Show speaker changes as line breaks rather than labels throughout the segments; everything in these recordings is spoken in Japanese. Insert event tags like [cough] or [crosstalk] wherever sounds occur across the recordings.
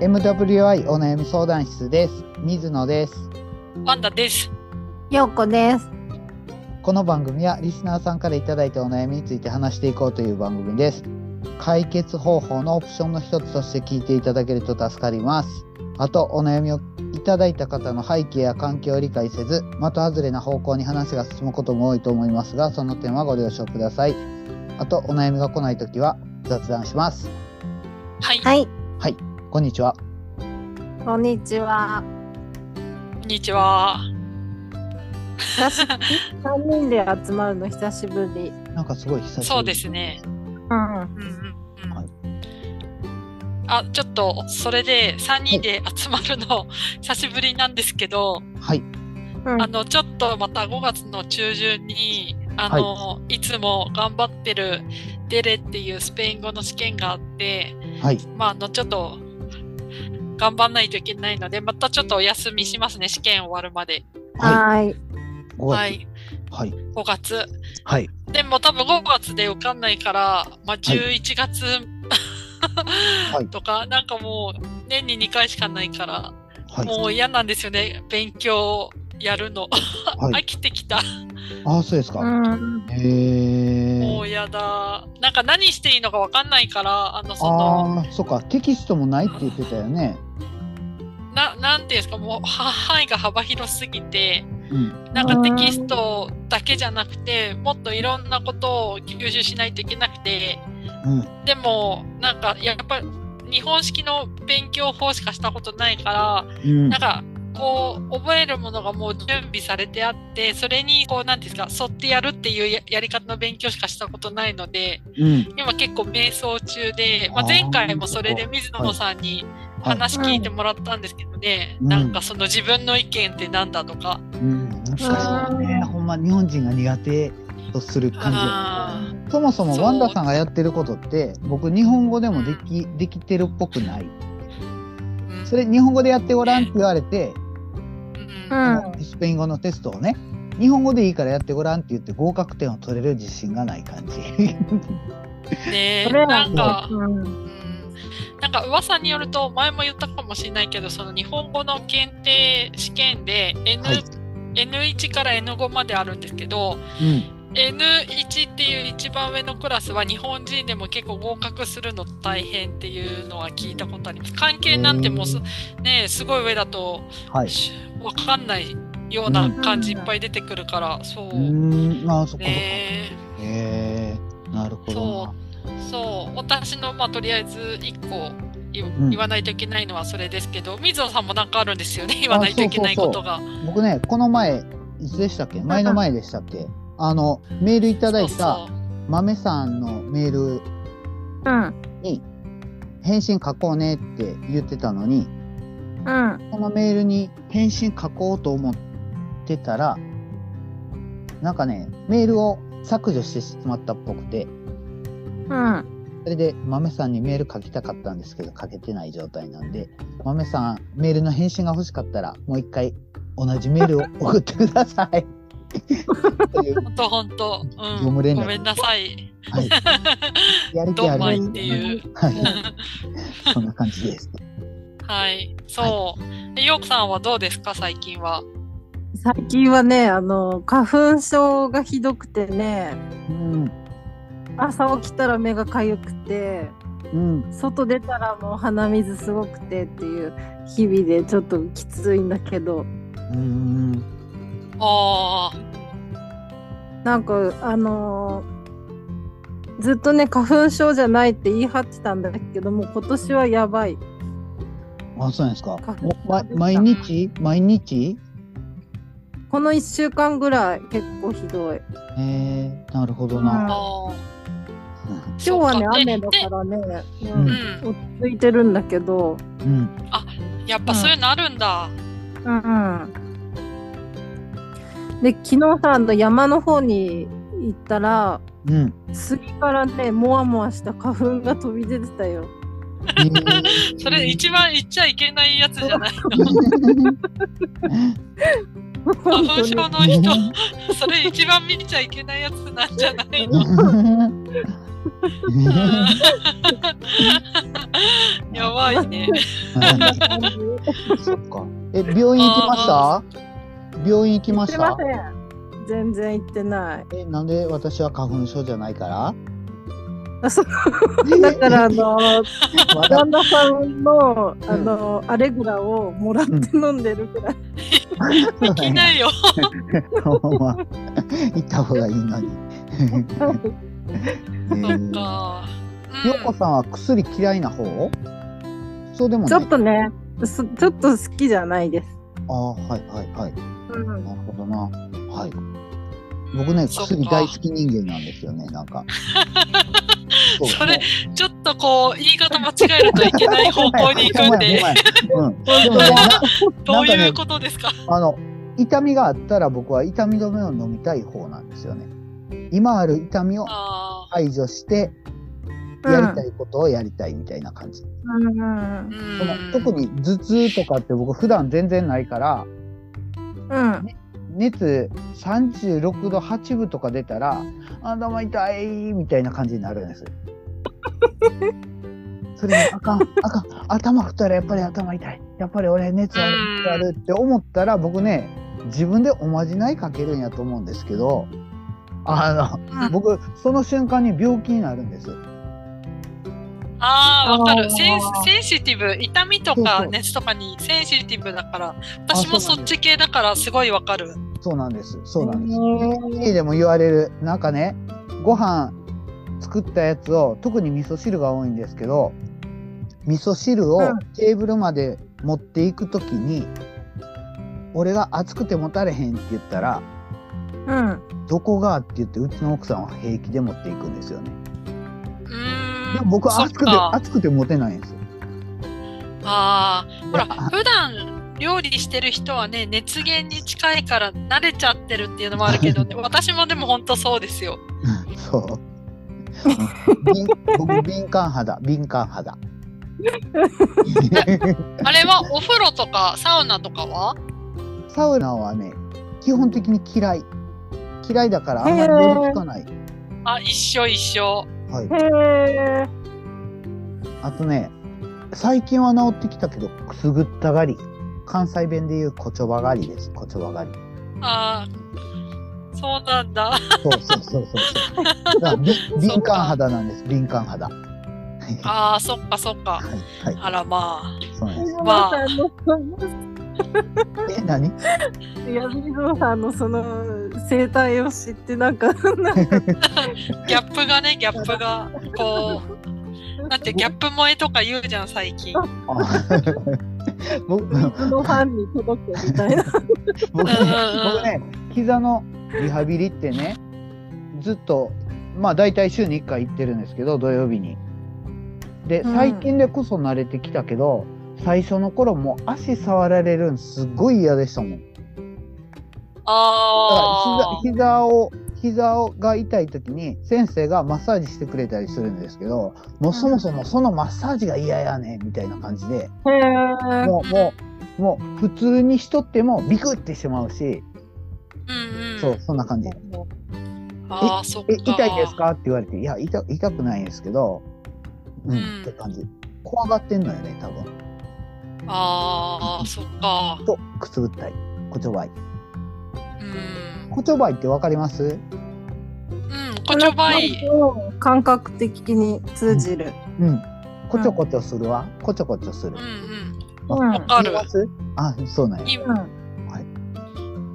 MWI お悩み相談室です水野です
ワンダです。
ようこです。
この番組はリスナーさんからいただいたお悩みについて話していこうという番組です解決方法のオプションの一つとして聞いていただけると助かりますあとお悩みをいただいた方の背景や環境を理解せず的外れな方向に話が進むことも多いと思いますがその点はご了承くださいあとお悩みが来ないときは雑談します
はい、
はい、
こんにちは
こんにちは。
こんにちは。
久し三人で集まるの久しぶり。
なんかすごい久しぶり
そうですね。
うん。
うんうんうん
はい
あ、ちょっとそれで3人で集まるの [laughs] 久しぶりなんですけど、
はい
うん
あのちょっとまた5月の中旬にあの、い、つも頑張ってるデレっていうスペイン語の試験があって、
はい
まああのちょっと頑張んないといけないので、またちょっとお休みしますね。試験終わるまで。
は
はーい。
いご
は
はい
い、
はい
5月。
はい
でも多分5月で受かんないから、まあ、11月、
い
[laughs] とか、なんかもう年に2回しかないから、
はい
もう嫌なんですよね勉強やるの
は
[laughs] 飽
い
きてきた、
あそうです
う
か
ん。
へえ
もう嫌だなんか何していいのか分かんないからあのその
ああーそっかテキストもないって言ってたよね
ななんていうんですかもうは範囲が幅広すぎて
うん
なんかテキストだけじゃなくてもっといろんなことを吸収しないといけなくて
うん
でもなんかやっぱ日本式の勉強法しかしたことないから
うん
なんかこう覚えるものがもう準備されてあってそれにこう何ですか沿ってやるっていうややり方の勉強しかしたことないので
うん
今結構迷走中で、ま
あ
あ、
ー
前回もそれで水野さんに
はい
話聞いてもらったんですけどね、
うん
なんかその自分の意見ってなんだとか、
うん難しいねほんま日本人が苦手とする感じや
あ
そもそも
そう
ワンダさんがやってることって僕日本語でもできできてるっぽくない
ーうん
それ日本語でやってごらんって言われて
うん
うん
スペイン語のテストをね日本語でいいからやってごらんって言って合格点を取れる自信がない感じ
ね
それは
なんか、
うん。
うんなんか噂によると前も言ったかもしれないけどその日本語の検定試験で N、
はい
N1 から N5 まであるんですけど、
うん
N1 っていう一番上のクラスは日本人でも結構合格するの大変っていうのは聞いたことあります。関係なんてもうす,、ねえ、すごい上だと
はい
しわかんないような感じいっぱい出てくるから、そう
ー
う。
んあーそっかそっかへ
ね
えなるほどな
えそう私のまあとりあえず1個い
ん
言わないといけないのはそれですけど、水野さんもなんかあるんですよね言わないといけないことが。
僕ねこの前いつでしたっけ前の前でしたっけあのメールいただい
そ
た豆さんのメール
うん。
に「返信書こうね」って言ってたのに
うん。
このメールに返信書こうと思ってたらなんかねメールを削除してしまったっぽくて
うん。
それで豆さんにメール書きたかったんですけど書けてない状態なんで豆さんメールの返信が欲しかったらもう一回同じメールを送ってください。という
う本当本当、
業
うん、
務連絡
ごめんなさい。
はい、やる気
ド
あ
ン
る
マイっていう。
はい、そんな感じです。
はい、そう。えヨークさんはどうですか、最近は。
最近はね、あの花粉症がひどくてね、
うん、
朝起きたら目が痒くて、
うん、
外出たらもう鼻水すごくてっていう日々でちょっときついんだけど、
うん、
あ
なんかあのーずっとね花粉症じゃないって言い張ってたんだけどもう今年はやばい
あ、そうなんですか。
花粉
おま、毎日、毎日。
この1週間ぐらい結構ひどい
えー、なるほど
あ、
な。
あ
う
今日はね
そうかで
雨だからね、う、
あ、うんん、
落ち着いてるんだけど、
ん、
やっぱそういうのあるんだ。
うんで昨日さあの山の方に行ったら
うん、
杉からねもわもわした花粉が飛び出てたよ
えー
[laughs] そ [laughs] れ一番言っちゃいけないやつじゃない。 [laughs] 花粉症の人、それ一番見ちゃいけないやつなんじゃないの。
え
やばい [laughs] ね。
そっか。え、病院行きました病院行きまし
すい
た
ません。全然行ってない。
え、なんで私は花粉症じゃないから
あそうだからあの
まだ
旦那さんのあの、アレグラをもらって飲んでるくらい。
そうだ
い
ね
ないよ。
ほんま行った方がいいのに。え
そ
ー
っか。う
よ
ん
うこさんは薬嫌いな方そうでも
ち
な
ょ
い
っ。とね、すちょっと好きじゃないです。
ああ、はいはいはい。
うん、
なるほどな。はい。僕ね、
そっか
薬大好き人間なんですよね、なんか。う
それちょっとこう言い方間違えるといけない方向に
[laughs]
行くん
ほ
で、。
んまやほんまやうん。でもね、
どう
なんか
い
ね
うことですか。
なあの、痛みがあったら僕は痛み止めを飲みたい方なんですよね。今ある痛みを
あ
排除して、やりたいことをやりたいみたいな感じ。
うんう
ー
ん
う
その
ん。
特に頭痛とかって僕普段全然ないから、
うん
熱36度8分とか出たら頭痛いみたいな感じになるん
[laughs]
です。それであかんあかん頭振ったらやっぱり頭痛いやっぱり俺熱ある
うん
熱あるって思ったら僕ね自分でおまじないかけるんやと思うんですけどあ
う
の
ん
僕その瞬間に病気になるんです。
ああ、わかる。センス
あー
センシティブ、痛みと
そう
か
そう
熱とかにセンシティブだから、私も
そ
そう
なん
っ
です
ち系だからすごいわかる。
そうなんですそうなんです。
へ
家でも言われるなんかねご飯作ったやつを特に味噌汁が多いんですけど味噌汁を
うん
テーブルまで持っていく時に、俺が熱くて持たれへんって言ったら
うん
どこがって言ってうちの奥さんは平気で持っていくんですよね。
うーん。
でも僕は
そっ
熱くて
か
熱くて持てないんですよ。 [laughs]
ああ、ほら、
あ
普段料理してる人はね、熱源に近いから慣れちゃってるっていうのもあるけど
[laughs]
ね、私もでも本当そうですよ。
そう。敏僕敏感肌敏感
[laughs]
肌。 [laughs]
あれはお風呂とかサウナとかは
サウナはね基本的に嫌い嫌いだからあんまり寄りつかない、
あ、一緒一緒。
はい、
え。
あとね最近は治ってきたけどくすぐったがり関西弁で言うこちょばがりですこちょばがり
ああ、そうなんだ。
そうそうそうそう [laughs] そうだからび敏感肌なんです敏感肌はい
ああ、そっかそっか。
はい
あらま
そうなんです
水野さんの
え何
いや水野さんのその生態を知ってなん [laughs] かなんか
あ、ギャップがね、ギャップが、こう、なんてギャップ萌えとか言うじゃん、最
[laughs]
近。
あ僕
水野ファンに届けみたいな。
僕ね
うんうんうん
僕ね膝のリハビリってねずっとまあ大体週に1回行ってるんですけど土曜日に。で
うん
最近でこそ慣れてきたけど、最初の頃もう足触られるんすっごい嫌でしたもん。だから
ああ、
膝膝を膝をが痛い時に先生がマッサージしてくれたりするんですけどもうそもそもそのマッサージが嫌やねんみたいな感じで
へえ。
もうもうもう普通にしとってもビクってしまうし
うんうん。
そうそんな感じ。
ああ、そっか
え。痛いですかって言われて、いや痛、痛くないんですけど、うん、
うん
って感じ。怖がってんのよね、多分。
ああ、そっか。
と、くすぐったい。コチョバイ。
うん。
コチョバイってわかります
うん、こちょばい。
感覚的に通じる。
うん。コチョコチョするわ。コチョコチョする
うんう。ん。
うん
わか
見え
る。
ますあ、そうなんや。
今、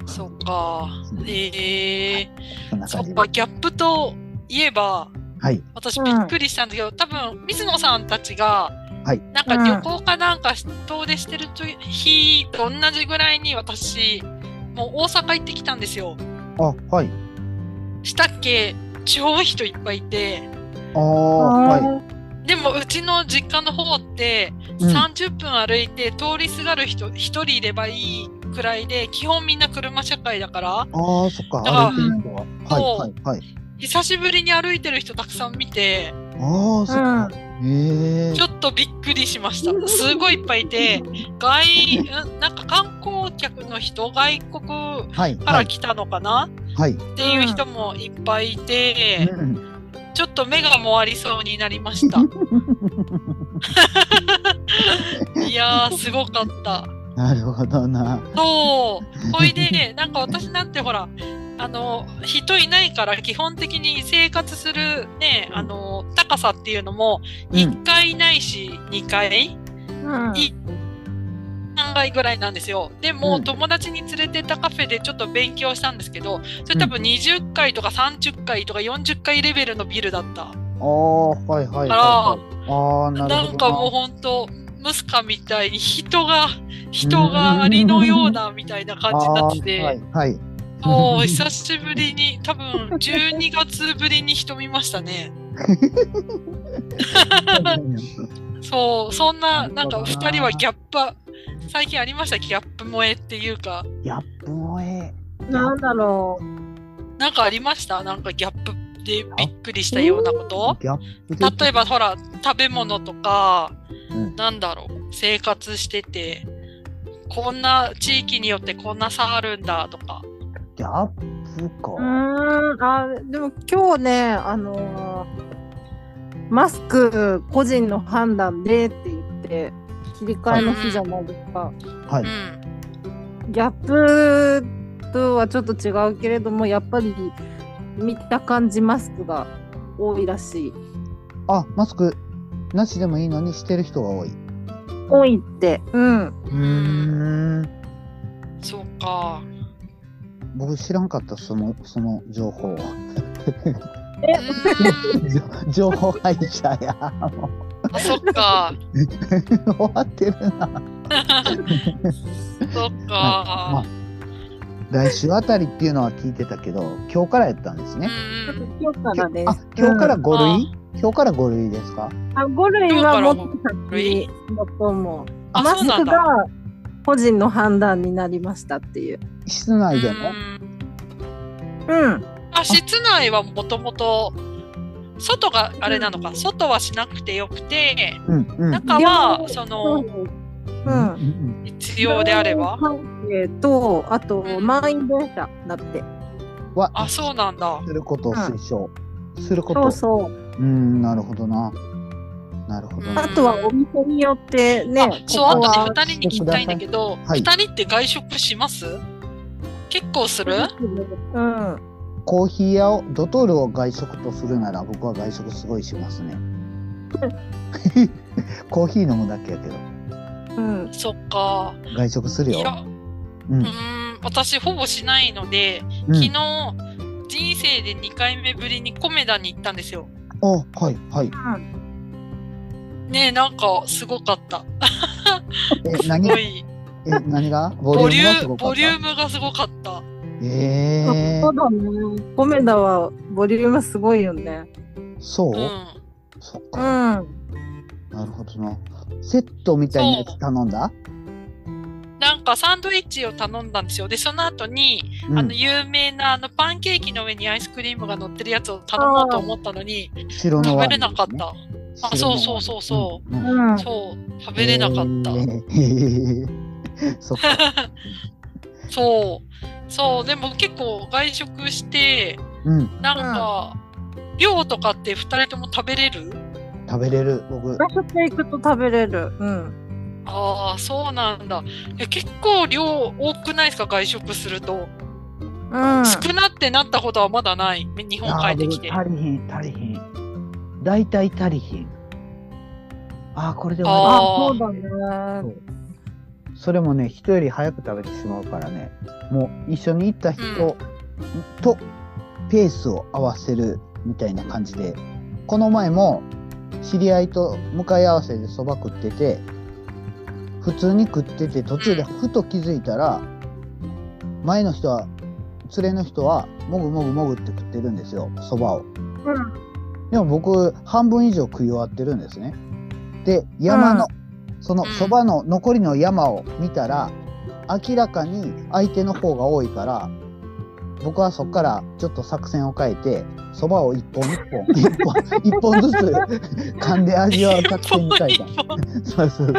そっか。へえ
そんな
そ
感
っ
じ。
か、ギャップといえば、
はい。
私
うん
びっくりしたんだけど、多分、水野さんたちが、
はい
なんか旅行かなんかし遠出してる日と同じぐらいに私、もう大阪行ってきたんですよ。
あ、はい。
したっけ地方の人いっぱいいて。
あー、
うん。
はい。
でもうちの実家の方って
うん
30分歩いて通りすがる人1人いればいいくらいで基本みんな車社会だから
あー、そっか。
だから
歩いてみるのは。はい、はい、はい。
久しぶりに歩いてる人たくさん見て
あー、そっか。ええ
ちょっとびっくりしましたすごいいっぱいいて外うんなんか観光客の人外国
はい、
か
は
ら
い、
来たのかな
はい。
っていう人もいっぱいいて
うん
ちょっと目がもありそうになり
[laughs]
ました。いやー、すごかった。
なるほどな。
そう。ほいで、なんか私なんてほら、あの、人いないから基本的に生活するね、あの、高さっていうのも、
うん
1階ないし2階、
うん
い3階ぐらいなんですよ。でも、
うん
友達に連れてったカフェでちょっと勉強したんですけど、それ多分20階とか30階とか40階レベルのビルだった。
ああ、はいはいはい、
あ
はい。ああ、なるほどな。
なんかもうほんと、ムスカみたいに人が、人がありのようなみたいな感じになってて、
あーはい、はい。
も
[laughs]
う久しぶりに、多分12月ぶりに人見ましたね。そう、そんな、なんか2人はギャップ、最近ありました、ギャップ萌えっていうか、
やっぷもえ。
なんだろう。
なんかありましたなんかギャップでびっくりしたようなこと
ギャップで
例えばほら、食べ物とか、
うん
なんだろう、生活してて、こんな地域によってこんな差あるんだとか。
ギャップ
うー
か。
ん、あ、でも今日ね、あのーマスク個人の判断でって言って、切り替えの日じゃないですか。
は
う
い。
ん。
ギャップとはちょっと違うけれどもやっぱり見た感じマスクが多いらしい
あ、マスクなしでもいいのにしてる人が多い。う
多いってうん
ーん。
そうか。
僕知らんかった、その、その情報は。 [laughs]
うーん
情報配信や。 [laughs] も
あ、そっか。
う終わってるな。
そ
は
っか。
いまあ、来週あたりっていうのは聞いてたけど、今日からやったんですね。
うん
今日からで
あ
す、
今日から
う
五類、今日から五類ですか。
んあ5類はもっと先だと思う
あ、
マ
そう
ス
なん
ク
だ。
が個人の判断になりましたっていう
室内で
う
も。
ん
うん
あ、室内はもともと、外があれなのか、外はしなくてよくて、
うん、うん。
中は、その、
うん
ん。
必要であれば。
関係とあと
うん
満員電車だって
は。
あ、そうなんだ。
することを推奨。するこ
そう
と。
そう
うーん、なるほどな。なるほど。
うん
あとはお店によってね
あ、そう、あ
ことこは
ね、二人に聞きたいんだけど、
はい
二人って外食します結構する
うん
コーヒー屋をドトールを外食とするなら僕は外食すごいしますね。 [laughs] コーヒー飲むだけやけど
うん、
そっか。
外食する
い
よ。
や、
うん
うーん、私ほぼしないので、
うん
昨日、人生で2回目ぶりにコメダに行ったんですよ。
あはいはい。
ねえ、なんかすごかった。 [laughs]
え
す
何
ご
え
い。
何が
ボ
ボ
リ
リュームがす
ュ
ご
ー
かっ
ボ
た
リュームがすごかった。
ええ
そうだね。コメダはボリュームすごいよね。
そう、
うん。
そっ
う
か、
ん。
なるほどな。セットみたいなやつ頼んだ？
なんかサンドイッチを頼んだんですよ。で、その後に、
うん、
あの、有名なあの、パンケーキの上にアイスクリームが乗ってるやつを頼もうと思ったのに、
白の
食
ワ
べ
イン
れ
ですね、
なかった。あ
白のワイン。
そうそうそうそ
うん。うん
うん。
そう、食べれなかった。
えー [laughs] そっか。
そう。そう、でも結構外食して、
うん。
なんか、量とかって2人とも食べれる
食べれる僕
外食行くと食べれる。うん。
ああ、そうなんだ。いや結構量多くないですか、外食すると。
うん。
少なってなったことはまだない。日本帰ってきて。
あー僕足りひん足りひん大体足りひんああこれで終わ
あ、そうだ
そ
ね。
りそれもね人より早く食べてしまうからねもう一緒に行った人とペースを合わせるみたいな感じでこの前も知り合いと向かい合わせでそば食ってて普通に食ってて途中でふと気づいたら前の人は連れの人はもぐもぐもぐって食ってるんですよそばを。
うん。
でも僕半分以上食い終わってるんですね。で山の、その
うん
そばの残りの山を見たら明らかに相手の方が多いから僕はそこからちょっと作戦を変えてそばを一本一本一本一本ずつ噛んで味わう作戦に変
[laughs]
えた。そうそう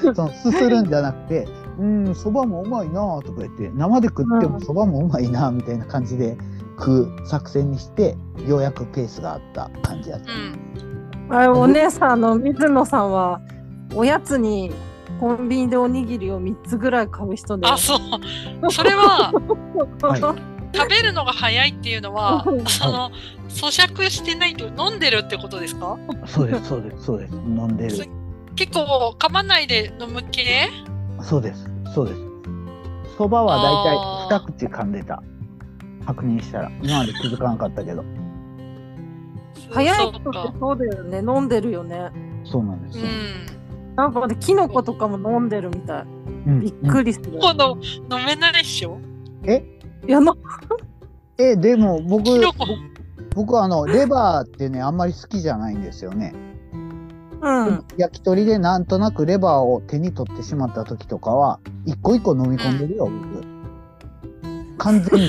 そう。そのすするんじゃなくて、うん、そばもうまいなあとか言って、生で食ってもそばもうまいなあみたいな感じで、く作戦にしてようやくペースがあった感じだった、
うん。
あれお姉さんの水野さんはおやつにコンビニでおにぎりを三つぐらい買う人で
あ、そう。それは、
はい
食べるのが早いっていう
[laughs]
のは、その、咀嚼してないと飲んでるってことですか
そうですそうですそうです飲んでる
そ結構噛まないで飲む系
そうですそうですそばはだいたい二口噛んでた確認したら今まで気づかなかったけど
早
そ
いう人って
か。
そうだよね飲んでるよね
そうなんです
う
よ、
ん。
なんかねキノコとかも飲んでるみたい
うん
びっくりする、
今度、飲めないっしょ
え
いやな
えでも僕
キノコ
ぼ僕はあのレバーってねあんまり好きじゃないんですよね、
うん
焼き鳥でなんとなくレバーを手に取ってしまった時とかは一個一個飲み込んでるよ、僕完全に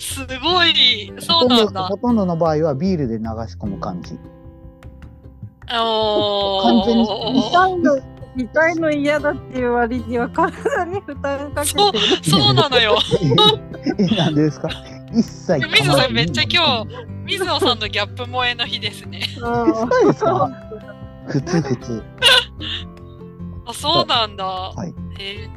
すごい。 [laughs] そ
ほ
うな
とん
ん
ど
だ
ほ。とんどの場合はビールで流し込む感
[laughs]
じ
お
完全に
痛いの痛いの嫌だっていう割には体に負担かけて
そう、そうなのよ。
え何ですか一切噛まない
水野さんめっちゃ今日、水野さんのギャップ萌えの日ですね。
うん
そうですか普通普通
あ、そうなんだ。はいえ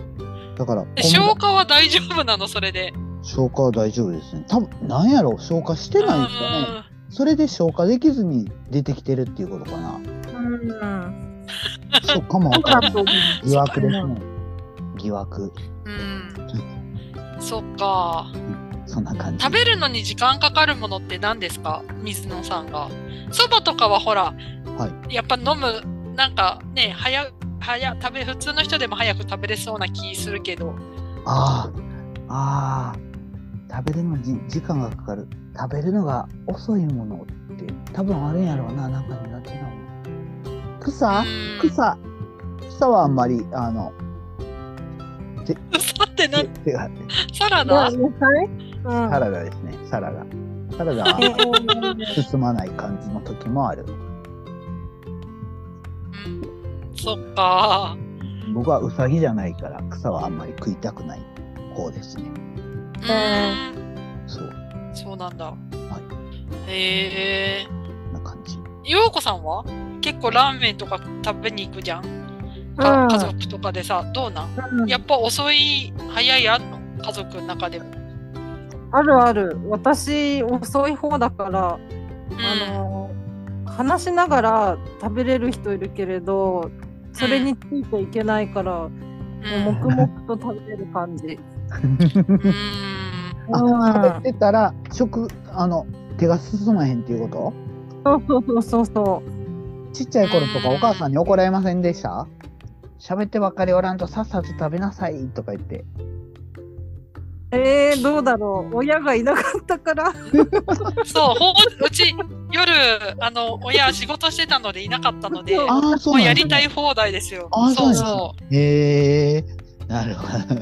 だから
ー消化は大丈夫なのそれで。
消化は大丈夫ですね多分なんやろう消化してないんですかねそれで消化できずに出てきてるっていうことか
[laughs]
な。
うん
そうかもわ
そう
かんな
だ
い
と思う
疑惑ですね。疑惑。
うん。うん。そっか。
そんな感じ。
食べるのに時間かかるものって何ですか水野さんが。そばとかはほら、やっぱ飲む、なんかね、早、早、食べ、普通の人でも早く食べれそうな気するけど。
ああ。ああ。食べるのに時間がかかる。食べるのが遅いものって多分あるんやろうな。なんか苦手なの。草
うん
草。草はあんまり、あの、
さてな
手、手が
サラ
では
ダ
野菜うん
サラダですね。サラダ。サラダは
えー
進まない感じの時もある。
うんそっか。
僕はウサギじゃないから草はあんまり食いたくない方ですね。
う
え
ん。
そう、
そうなんだ。
は
へえ。
こんな感じ。
ようこさんは結構ラーメンとか食べに行くじゃん。か
うん
家族とかでさ、どうなん
うん
やっぱ遅い、早いあんの家族の中でも。
あるある私遅い方だからあ
うん
の話しながら食べれる人いるけれどそれについていけないから、もう黙々と食べれる感じ。
うんうん
あ、食べてたら食あの手が進まへんっていうこと？
[laughs] そうそうそうそう。
ちっちゃい頃とかお母さんに怒られませんでした？喋ってばっかりおらんとさっさと食べなさいとか言って。
えー、どうだろう親がいなかったから。
そう、ほうち夜、あの、親仕事してたのでいなかったので、
そう
も
ああそううなん
や
や
りたい。放題ですよ。
あーそうなんで
そう
すね
そう。
へえなるほど。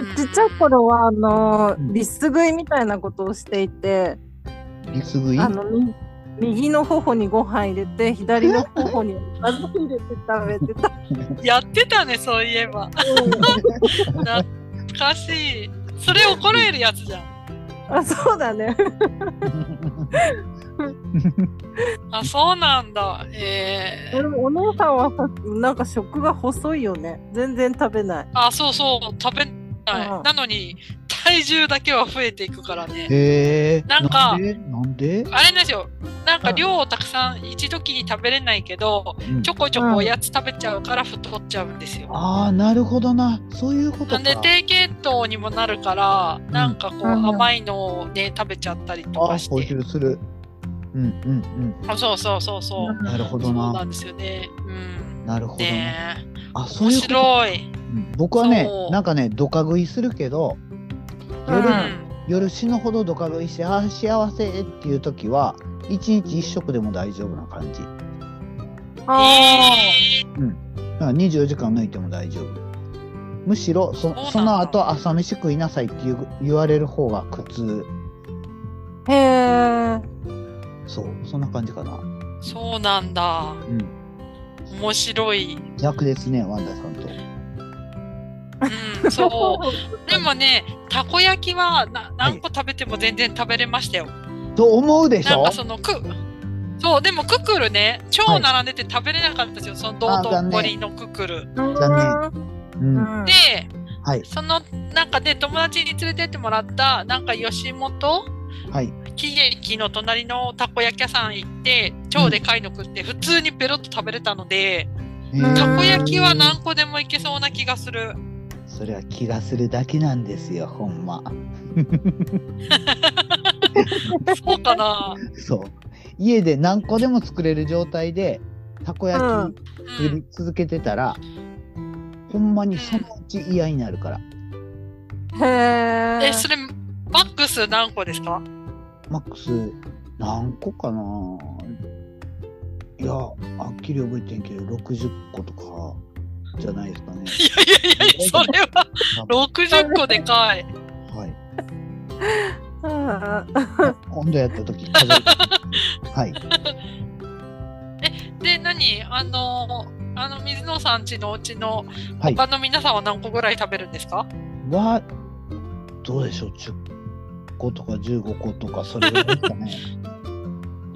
うん
ちっちゃい頃はあの
うん
リス食いみたいなことをしていて、
リス食い？
あのみ右の頬にご飯入れて左の頬にまず入れて
[laughs]
食べてた。
やってたね、そういえば。懐かしい。それ怒られるやつじゃん。
あそうだね。
あ、そうなんだ。ええ
でもお姉さんはさなんか食が細いよね。全然食べない。
あ、そうそう、食べない。
うん
なのに、体重だけは増えていくからね。
へえ。
なんか
でなんで？
あれなんですよ。なんか
うん
量をたくさん一時に食べれないけど、
うん
ちょこちょこおやつ食べちゃうから太っちゃうんですよ。
ああなるほどな。そういうことか。
なんで低血糖にもなるから、なんかこう
うん
甘いのをね、食べちゃったりと
あ
か
あ
し
補
て。
充する。うんうん
あそうそうそうそう。
うん。なるほ
そ
ど
う
な
な。んですよね。うん。
なるほどな。
ねえ。
あそう
面
いうこと
白い。
うん僕はね
そう
なんかねドカ食いするけど
うん
夜,、
うん
夜死ぬほどドカ食いしてあー幸せっていう時は一日一食でも大丈夫な感じだか
あー
ら24時間抜いても大丈夫むしろそ
そうなんだ
その後朝飯食いなさいっていう言われる方が苦痛
へえ。
そうそんな感じかな
そうなんだ。
うん
面白い。
逆ですねワンダさんと
うん、そう。でもね、たこ焼きはな何個食べても全然食べれましたよ。
と思うでし
なん
ょ
かそのクそうでもクックルね超並んでて食べれなかったんですよ、その道頓堀のクックル。
だうん。
うん
で、
はい。
その中で友達に連れてってもらったなんか吉本
はい。
喜劇の隣のたこ焼き屋さん行って超でかいの食って普通にペロッと食べれたので、
えー
たこ焼きは何個でもいけそうな気がする。
それは気がするだけなんですよ、ほんま。
そうかな。
そう。家で何個でも作れる状態で、たこ焼き
う
作り
ん、
続けてたら、ほんまにそのうち嫌になるから。
へえ。
えそれマックス何個ですか？ [laughs]
マックス、何個かないや、はっきり覚えてんけど、60個とかじゃないですかね。
いやいやいやそれは六十個でかい。
はい。
うん
今度やった時数え
[laughs]
てはい。
で何あのあの水野さん家のお家の
はい。
他の皆さんは何個ぐらい食べるんですか？
は、どうでしょう、10個とか15個とか、それぐらいですかね。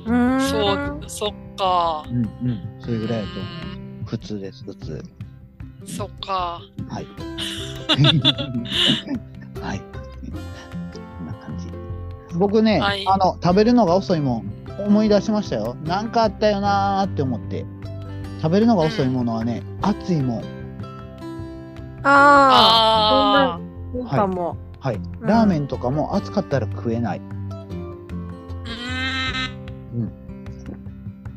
うん。
そうそっか。
うんうん。それぐらいだと思
うん
う。普通です、普通。
そっか。
[laughs] はい。はい。こんな感じ。僕ね、
はい
あの、食べるのが遅いもん、思い出しましたよ。なんかあったよなーって思って。食べるのが遅いものはね、熱いもん。
あ
あ
あ。そうかも。
はい。
ん
ラーメンとかも熱かったら食えない。
あ。うーん。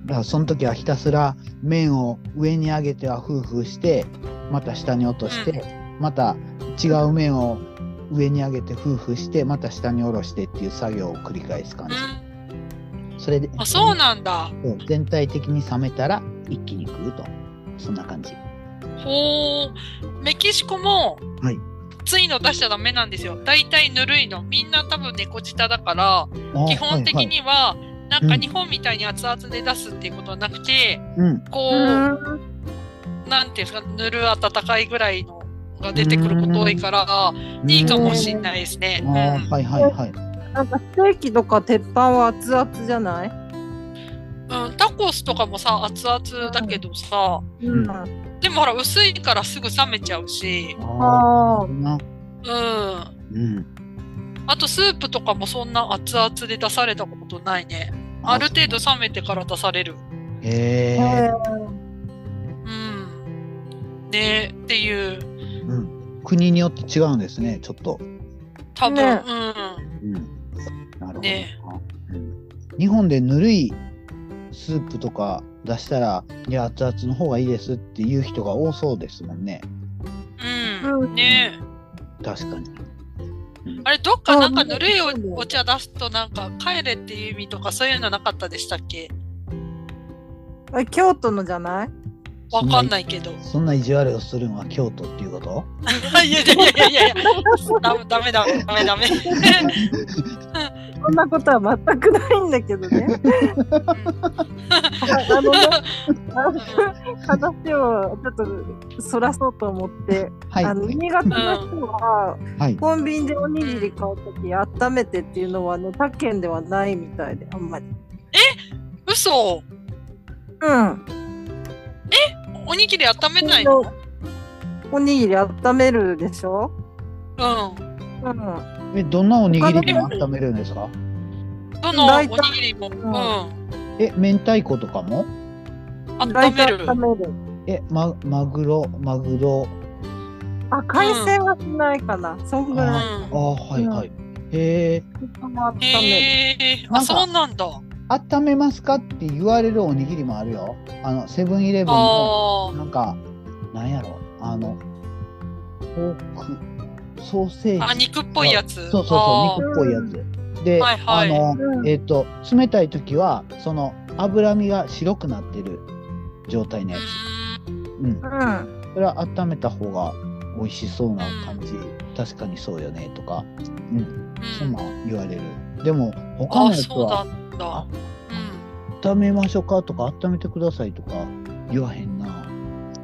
だからその時はひたすら麺を上に上げてはフーフーしてまた下に落として、また違う麺を上に上げてフーフーしてまた下に下ろしてっていう作業を繰り返す感じ、
うん
それで
あそうなんだ。
うん全体的に冷めたら一気に食うとそんな感じ
ほう。メキシコも。
はい
熱いの出しちゃダメなんですよ。大体ぬるいの。みんな多分猫舌だから、基本的、には、なんか
うん
日本みたいに熱々で出すっていうことはなくて
あ、はいはいうん
こ
う
う、
ん。
なんていうんですか、ぬる温かいぐらいのが出てくること多いから、
うん
いいかもしんないですね。
あー
うん
はいはいはい
なんかステーキとか鉄板は熱々じゃない？
うん、タコスとかもさ、熱々だけどさ、
うん
あ
でもほら、薄いからすぐ冷めちゃうし、
あ
あ
ーな
うん。あ
うん
と、スープとかもそんな熱々で出されたことないね。ある程度冷めてから出される。
へ
ー。
え、
うん。ねっていう、
うん、国によって違うんですねちょっと、
多分、
ね
うん。
うん、なるほど、
ね
うん日本でぬるいスープとか出したらいや熱々の方がいいですっていう人が多そうですもんね
う、
うんん
ねえ
確かに
あれどっかなんか
あ
ぬるいお
そうなんだ
お茶出すとなんか帰れっていう意味とかそういうのなかったでしたっけ
え京都のじゃない？
わかんないけど
そんな意地悪をするのは京都っていうこと
いやいやいやいやいやダメダメダメダメダメ
そんなことは全くないんだけどね。あのね話をちょっとそらそうと思って、
はい
あの新潟の人は
はい
コンビニでおにぎり買うとき温めてっていうのはね他県ではないみたいであんまり。
嘘
うん。
おにぎり温めないの
おにぎり温めるでしょ？
うん
うん。
えどんなおにぎりでも温めるんですか
どのお
大体
にぎりも、うん、
え明太子とかも
温める
大体温める。
えまマグロマグロ
あ海鮮はしないかな。そんぐらい。
ああはいはい、へえ
へえ
な
あ
んか
そうなんだあ
温めますかって言われるおにぎりもあるよあのセブンイレブンの
あ
なんか、なんやろ、あの、ポーク、ソーセージ。
あ肉っぽいやつ
そうそうそう、肉っぽいやつ。で、
はいはい
あの、
うん
えっ、と、冷たい時は、その脂身が白くなってる状態の
あ
や
ーうーん
つ。うん
う。ん。
それは温めた方が美味しそうな感じ。確かにそうよね、とか、そん
うん
なん言われる。でも、他の
あ
やつ
そうな
は、
んだうん
温めましょうかとか、温めてくださいとか言わへんな。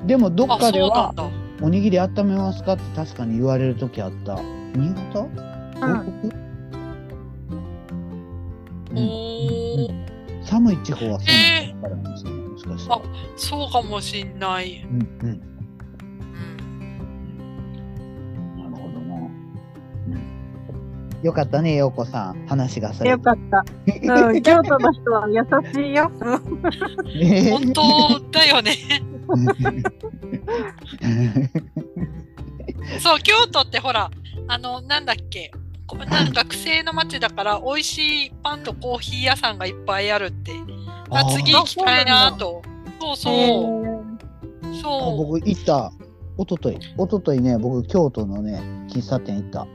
でも、どっ
あ、
かで
そうな
は
ん、だ。
おにぎり温めますかって確かに言われる時あった。新潟東北うん
おー、
寒い地方はそうなのかもしれない。もしかしたら。
そうかもしんない。
うんうん。
うん
なるほどな。よかったね、ようこさん。話がされ
よかった。うん、京都の人は優しいよ。
て。
本当だよね。 [laughs] そう、京都ってほら、あの、なんだっけ、こなんか学生の街だから、美味しいパンとコーヒー屋さんがいっぱいあるって。あ、次行きたいなと。そうそ
うん。
う。 [laughs]
あ
そ
僕行った。おととい。おとといね、僕、京都のね、喫茶店行った。
う。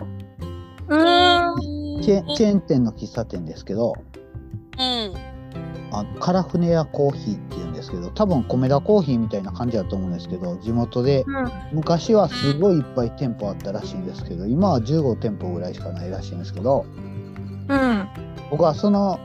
チェーンチェーン店の喫茶店ですけど、
うん。
あカ船屋コーヒーっていうんですけど、多分米田コーヒーみたいな感じだと思うんですけど、地元で昔はすごいいっぱい店舗あったらしいんですけど、今は15店舗ぐらいしかないらしいんですけど、
うん。
僕はその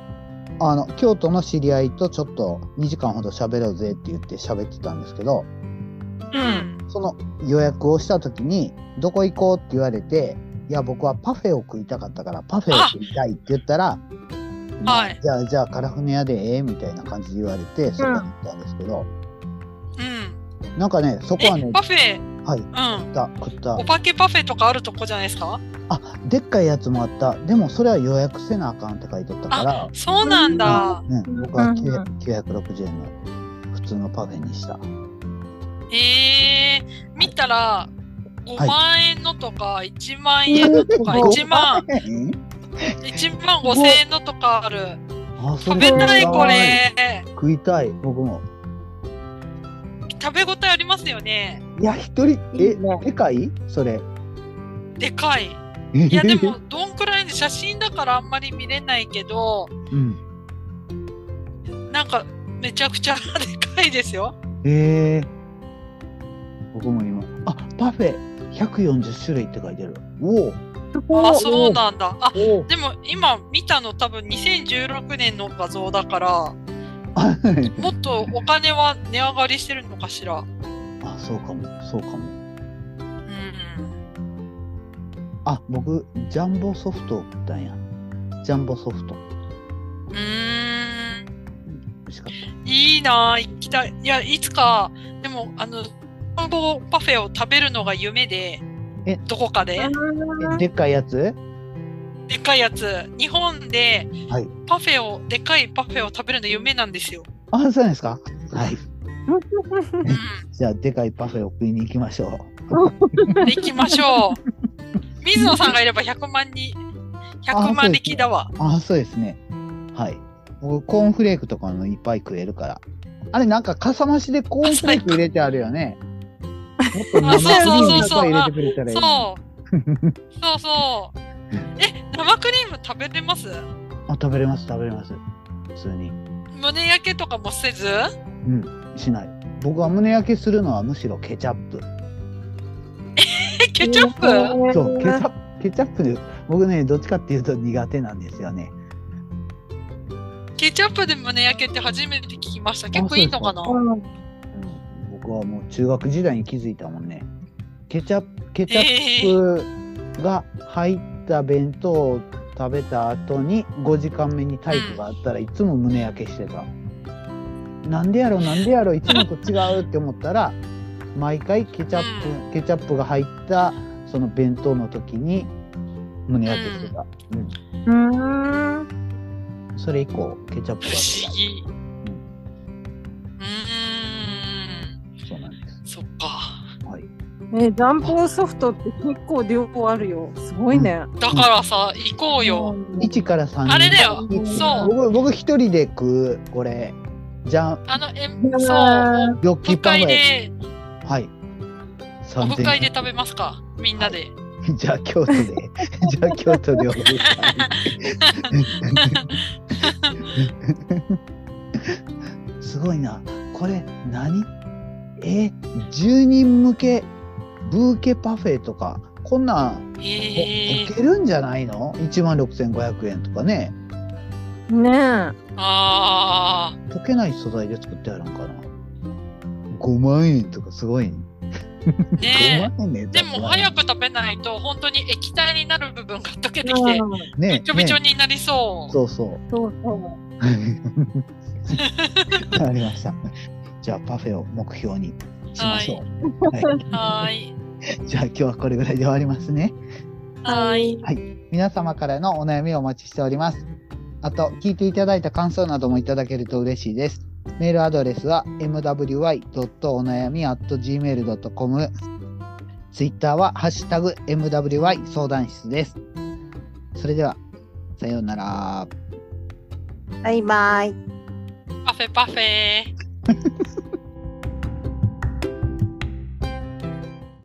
あの京都の知り合いとちょっと2時間ほど喋ろうぜって言って喋ってたんですけど
うん。
その予約をした時に「どこ行こう?」って言われて「いや僕はパフェを食いたかったからパフェを食いたい」って言ったら「まあ
はい
じゃあじゃあカラフネ屋でええ」みたいな感じで言われてそこに行ったんですけど、
うん。
なんかねそこはね
え、パフェ、
はい食
うん。
った食った
お化けパフェとかあるとこじゃないですか
あでっかいやつもあったでもそれは予約せなあかんって書いてあったから
そうなんだ。
うん、僕は
うんうん
960円の普通のパフェにした。
えー、見たら、5万円のとか、1万円のとか、1万、1万5千円のとかある。
あそ
食
れ
べたい、
食
これ。
食いたい僕も
食べ応えありますよね。
いや一人え
いいね
でかいそれ
でかい。
い [laughs]
いや、でも、どんくらいで写真だからあんまり見れないけど、
うん
なんか、めちゃくちゃでかいですよ。
えー、僕も今あパフェ140種類って書いてるおお
あ、そうなんだ。あ、
お [laughs] お
でも今見たの多分2016年の画像だから、もっとお金は値上がりしてるのかしら。
あそうかもそうかも
うん。
あ僕ジャンボソフト送ったんやジャンボソフト
うーん。
美味しかっ
いいなあ行きたい。いや、いつか、でも、あの、マンボウパフェを食べるのが夢で
え、
どこかで、
たえでっかいやつ
でっかいやつ、日本で
はい
パフェを、でっかいパフェを食べるの夢なんですよ。
あそうなんですかはい
うん。
じゃあでかいパフェを食いに行きましょう
で行きましょ
[laughs]
う。水野さんがいれば100万に、100
あそうです
万
ね
力だわ。
あそうですね。はい。僕、コーンフレークとかもいっぱい食えるから。あれ、なんか、かさ増しでコーンフレーク入れてあるよ
[laughs]
ね。もっと生クリームいっぱい入れてくれたらいい。
そう。そうそう。え、生クリーム食べれます
あ、食べれます、食べれます。普通に。
胸焼けとかもせず
うん、しない。僕は胸焼けするのはむしろケチャップ。
え、ケチャップ
そう、ケチャップ、ケチャップで、僕ね、どっちかっていうと苦手なんですよね。
ケチャップで胸焼けって初めて聞きました。結構いいのかな
うん
うん僕はもう中学時代に気づいたもんね。ケチャップ、ケチャップ
ええ
僕が入った弁当を食べた後に5時間目に体育があったらいつも胸焼けしてた。なんでや
[laughs]
ろなんでやろいつもと違うって思ったら毎回ケチャップ、ケチャップが入ったその弁当の時に胸焼けしてた。うん
うん。
それ以降ケチャップ
不思
は
議。
違
うー
う。そうなんです。
ん、そっか。
はい。
え、ジャンボソフトって結構両方あるよ。すごいね。
だからさ、行こうよ。
うん
1から3人
あれだよ
一
そう
僕僕一人で食うこれじゃん
あの、え
う、ん
そう、
ジョッ
オ
キ
フ
パン
会
は
で、
はい
オ
三
フ
千
会で食べますかみんなで。
[laughs] じゃあ京都で
[laughs]
じゃあ京都でお願いしますすごいなこれ何え10人向けブーケパフェとかこんなんぼ
えー
い、けるんじゃないの ?1 万6500円とかね
ね
あ
溶けない素材で作ってあるんかな5万円とかすごいね
ー、ね
ごまんね
でも早く食べないと本当に液体になる部分が溶けてきて
うん
ね
びちょびちょ
ね
になりそう。
そうそう。
そうそう。
わかりました。じゃあパフェを目標にしましょう。はい。
はーい。
じゃあ今日はこれぐらいで終わりますね。
はーい。
皆様からのお悩みをお待ちしております。あと、聞いていただいた感想などもいただけると嬉しいです。メールアドレスは mwy.onayami.gmail.com。ツイッターはハッシュタグ mwy 相談室です。それでは、さようなら。
バイバイ。
パフェパフェ。